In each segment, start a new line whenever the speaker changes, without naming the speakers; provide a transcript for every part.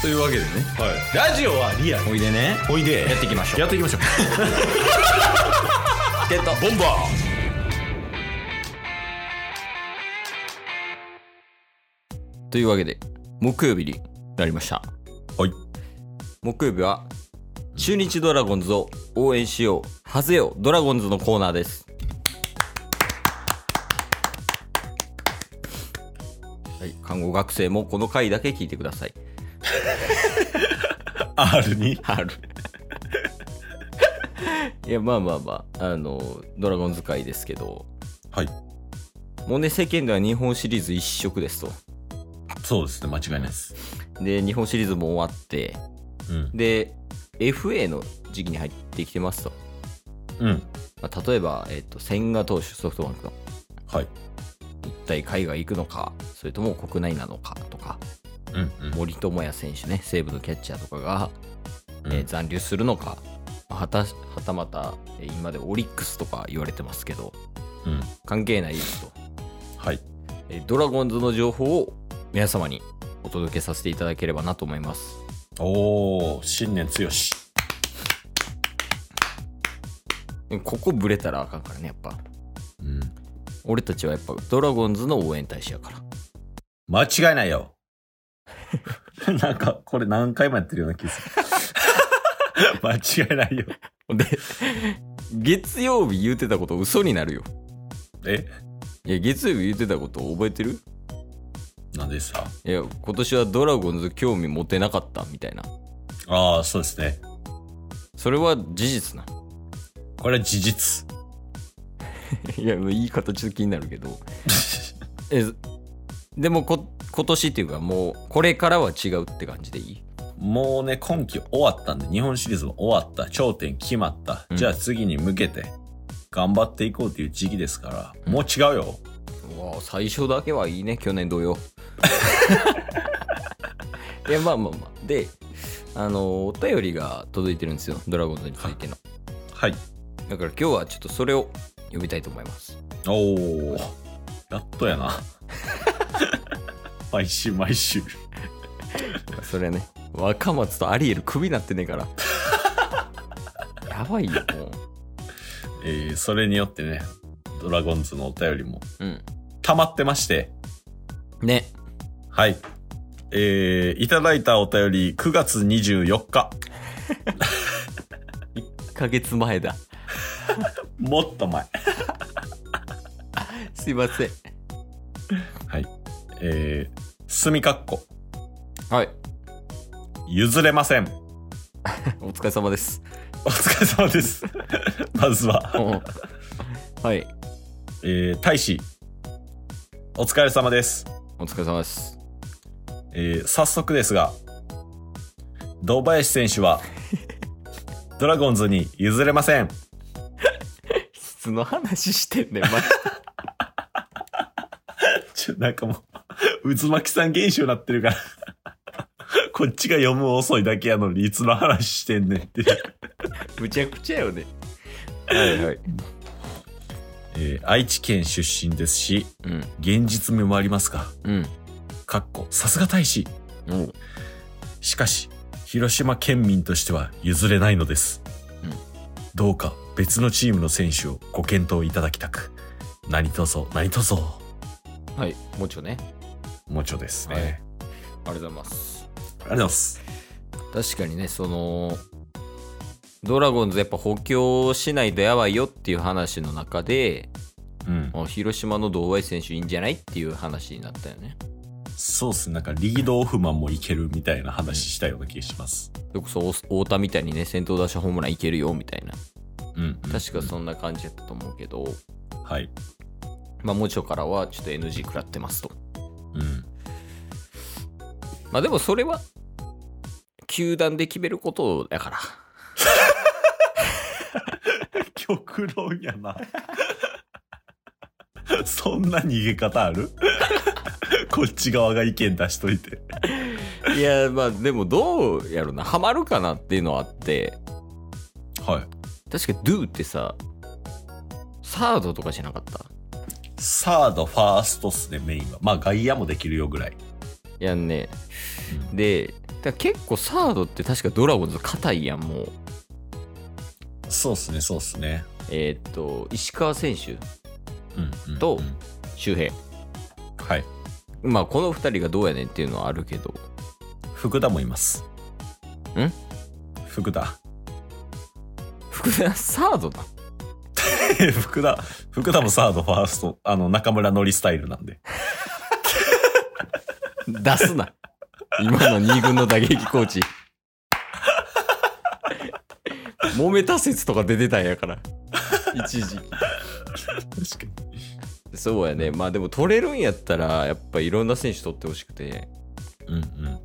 というわけでね
はい、ラジオはリアル
おいでね
おいで
やっていきましょう
やっていきましょう
ゲット
ボンバ
というわけで木曜日になりました
はい
木曜日は中日ドラゴンズを応援しようハゼよドラゴンズのコーナーですはい看護学生もこの回だけ聞いてください
ー R に
ある いやまあまあまああのドラゴンズ界ですけど
はい
もうね世間では日本シリーズ一色ですと
そうですね間違いないです
で日本シリーズも終わって
うん
で FA の時期に入ってきてますと、
うん
まあ、例えば、えっと千賀投手ソフトバンクの
はい
一体海外行くのかそれとも国内なのかとか
うんうん
森友哉選手ね西武のキャッチャーとかが、
うん
えー残留するのかまあはたはたまたえー今でオリックスとか言われてますけど
うん
関係ないですと、
はい
えードラゴンズの情報を皆様にお届けさせていただければなと思います
おお新年強し
でもここブレたらあかんからねやっぱ
うん
俺たちはやっぱドラゴンズの応援大使やから
間違いないよ なんかこれ何回もやってるような気がする 間違いないよ
で、 月曜日言うてたこと嘘になるよ。
え
いや、月曜日言うてたこと覚えてる
なんでさ
いや、今年はドラゴンズ興味持てなかったみたいな。
ああそうですね
それは事実な。
これは事 実
いや、言い方ちょっと気になるけど。えでもこ、今年っていうかもう、これからは違うって感じでいい
もうね今季終わったんで日本シリーズも終わった頂点決まった、
うん
じゃあ次に向けて頑張っていこうっていう時期ですから、もう違うよ
うわあ最初だけはいいね、去年同 様。いや、まあまあまあ。で、あの、お便りが届いてるんですよ。ドラゴンズについての。
はい
だから今日はちょっとそれを読みたいと思います。
おおやっとやな毎週毎週
それね、若松とアリエルクビになってねえ から。やばいよ、もう。
えーそれによってね、ドラゴンズのお便りも
うん。
溜まってまして、
ね。
はい。えーいただいたお便り、9月24日。
1ヶ月前だ。
もっと前。
すいません。
はい。えー、すみかっこ、
はい。
譲れません。
お疲れ様です。
お疲れ様です。まずは、
はい。
えー、大使、お疲れ様です。
お疲れ様です。
えー早速ですが、堂林選手 は、ドラゴンズに譲れません。
質の話してんねん、マジ
ちょ、なんかもう、渦巻きさん現象になってるから。 こっちが読む遅いだけやのに、いつの話してんねんって。
でむちゃくちゃよね。はいはい。
えー愛知県出身ですし、
うん。
現実味もありますが、
うん。
かっこ、さすが大使。
うん。
しかし、広島県民としては譲れないのです。
うん
どうか別のチームの選手をご検討いただきたく。何卒、何卒。
はい。もうちょね。
もちろんですね。
はい
あ
ありがとうございます。
りがとうございます。
確かにねそのドラゴンズやっぱ補強しないとやばいよっていう話の中で
うん。
あ広島の堂林選手いいんじゃないっていう話になったよね
そうっすね。なんかリードオフマンもいけるみたいな話したような気がします。
それこそお太田みたいにね先頭打者ホームランいけるよみたいな
うん、
確かそんな感じだったと思うけど、
はい、
まあもうちょからはちょっと NG 食らってますと
うん、
まあでもそれは球団で決めることだから
極論やな そんな逃げ方ある こっち側が意見出しといて
いやまあでもどうやろなハマるかなっていうのはあって
はい
確か Do ってさサードとかじゃなかった
サードファーストっすねメインはまあ外野もできるよぐらい
やんね。で、から結構サードって確かドラゴンズ硬いやんもう
そうっすね、そうっすね。
えーっと石川選手
うん、うん。
と
うん
周平
はい。
まあこの2人がどうやねんっていうのはあるけど
福田もいます。
ん
福田。
福田サードだ
福田、福田もサード、ファースト、あの、中村のりスタイルなんで。
出すな今の2軍の打撃コーチ 揉めた説とか出てたんやから一時期
確か
そうやねまあでも取れるんやったらやっぱいろんな選手取ってほしくて
に。うんうん。
い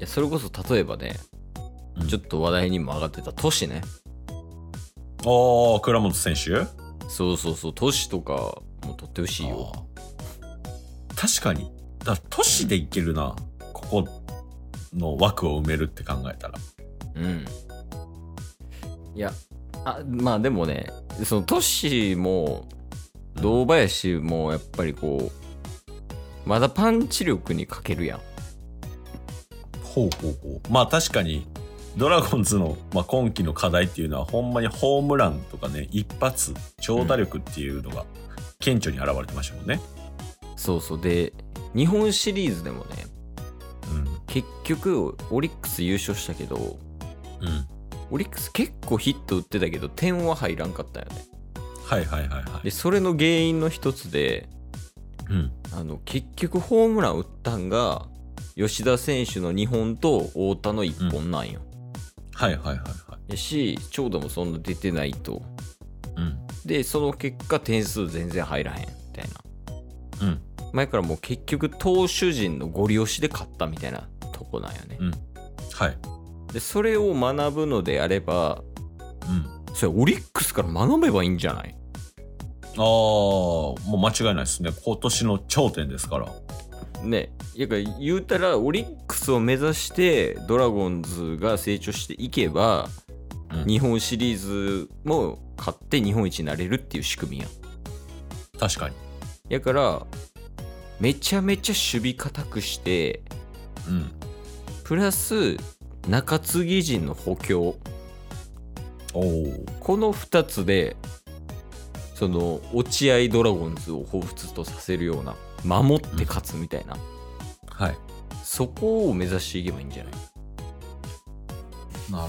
やそれこそ例えばね
うん
ちょっと話題にも上がってた都市ね
おー、倉本選手
そうそうそう都市とかも取ってほしいよ
確かに。だから都市でいけるな。ここの枠を埋めるって考えたら。
うんいやあまあでもねその都市も堂林もやっぱりこうまだパンチ力に欠けるやん
ほうほうほう。まあ確かに、ドラゴンズの、まあ、今期の課題っていうのは、ほんまにホームランとかね、一発、長打力っていうのが、顕著に現れてましたもんね。
そうそうで日本シリーズでもね結局オリックス優勝したけど
うん。うん。
オリックス結構ヒット打ってたけど点は入らんかったよね
はいはいはいは
で
い。
それの原因の一つで
うん。
あの結局ホームラン打ったんが吉田選手の2本と太田の1本なんよ、
はいはいはいはい。
やし長打もそんな出てないと
うん。
でその結果点数全然入らへんみたいな
うん。
前からもう結局投手陣のゴリ押しで勝ったみたいなとこなんよね、
はい。
でそれを学ぶのであれば
うん。
それオリックスから学べばいいんじゃない
ああ、もう間違いないですね。今年の頂点ですから。
ねやっぱ言うたらオリックスを目指してドラゴンズが成長していけば、
うん
日本シリーズも勝って日本一になれるっていう仕組みやん
確かに。
やからめちゃめちゃ守備固くして
うん。
プラス中継ぎ陣の補強
おお。
この2つでその落合ドラゴンズを彷彿とさせるような守って勝つみたいな、
はい。
そこを目指していけばいいんじゃない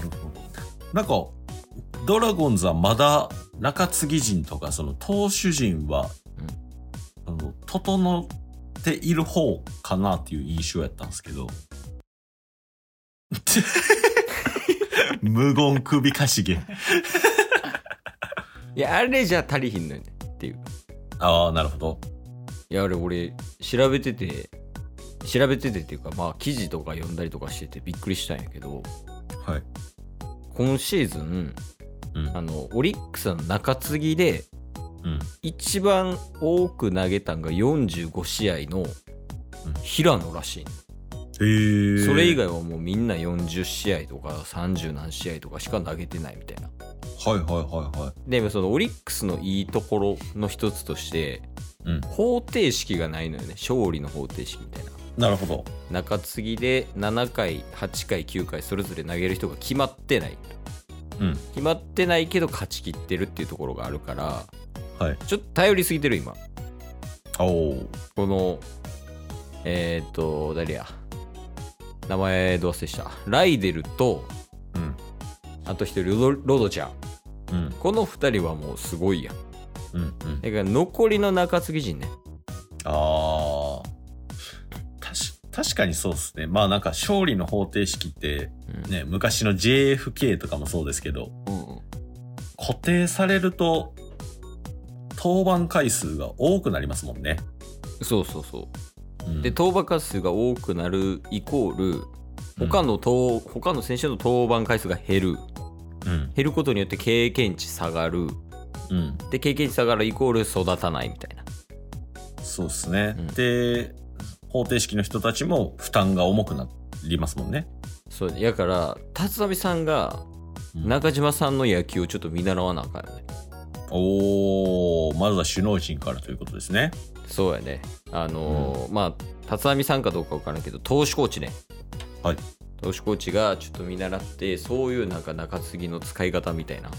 なるほど。なんか、ドラゴンズはまだ中継ぎ陣とか、その投手陣は、あの、整っている方かなっていう印象やったんですけど。 無言首かしげ。
いやあれじゃ足りひんのよねっていう
ああ、なるほど。
いやあれ俺調べてて調べててっていうかまあ記事とか読んだりとかしててびっくりしたんやけど
はい。
今シーズン
うん。
あのオリックスの中継ぎで
うん。
一番多く投げたんが45試合の平野らしいね、
へえ。
それ以。外はもうみんな40試合とか30何試合とかしか投げてないみたいな
はいはいはいはい。
でもそのオリックスのいいところの一つとして
うん。
方程式がないのよね勝利の方程式みたいな
なるほど。
中継ぎで7回8回9回それぞれ投げる人が決まってない
うん。
決まってないけど勝ち切ってるっていうところがあるから、
はい
ちょっと頼りすぎてる今
おお。
このえっ、と誰や名前どうせしたライデルと
うん。
あと一人ロドロドちゃん
うん。
この2人はもうすごいやん
うん。うん。
だから残りの中継ぎ陣ね
ああ。たし、確かにそうですね。まあなんか勝利の方程式って、
うん
ね、昔の JFK とかもそうですけど、
うんうん
固定されると、登板回数が多くなりますもんね。
そうそうそう
うん、
で登板回数が多くなるイコール他の登他の選手の登板回数が減る
うん。
減ることによって経験値下がる
うん。
で経験値下がるイコール育たないみたいな
そうですね。
うん
で、方程式の人たちも負担が重くなりますもんね。
そうやから立浪さんが
うん
中島さんの野球をちょっと見習わなあかんよね
おー、まずは首脳陣からということですね。
そうやねあのーまあ立浪さんかどうかわからんけど投手コーチね
はい
投手コーチがちょっと見習ってそういうなんか中継ぎの使い方みたいな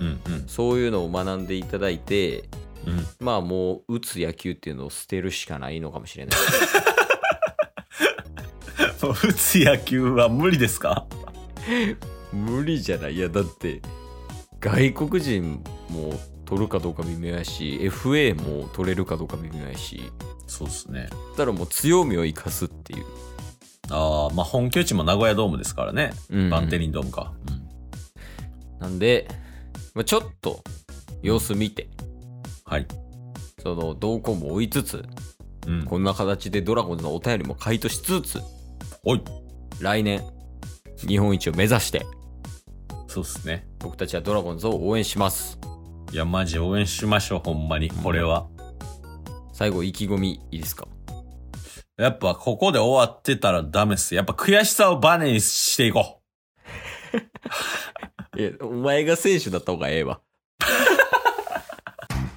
うんうん
そういうのを学んでいただいて
うん
まあもう打つ野球っていうのを捨てるしかないのかもしれない
もう打つ野球は無理ですか
無理じゃないいやだって外国人も取るかどうか微妙やし FA も取れるかどうか微妙やし
そうですね。
だったらもう強みを生かすっていう、
ああ、まあ本拠地も名古屋ドームですからね。
うん
バンテリンドームか。
なんで、まあ、ちょっと様子見て
はい。
その動向も追いつつ
うん。
こんな形でドラゴンズのお便りも回答しつつ
おい。
来年日本一を目指して
そうですね。
僕たちはドラゴンズを応援します
いや、マジ応援しましょう、ほんまに。これは。
最後意気込みいいですか
やっぱここで終わってたらダメっす。やっぱ悔しさをバネにしていこ
いやお前が選手だった方がええわ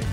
す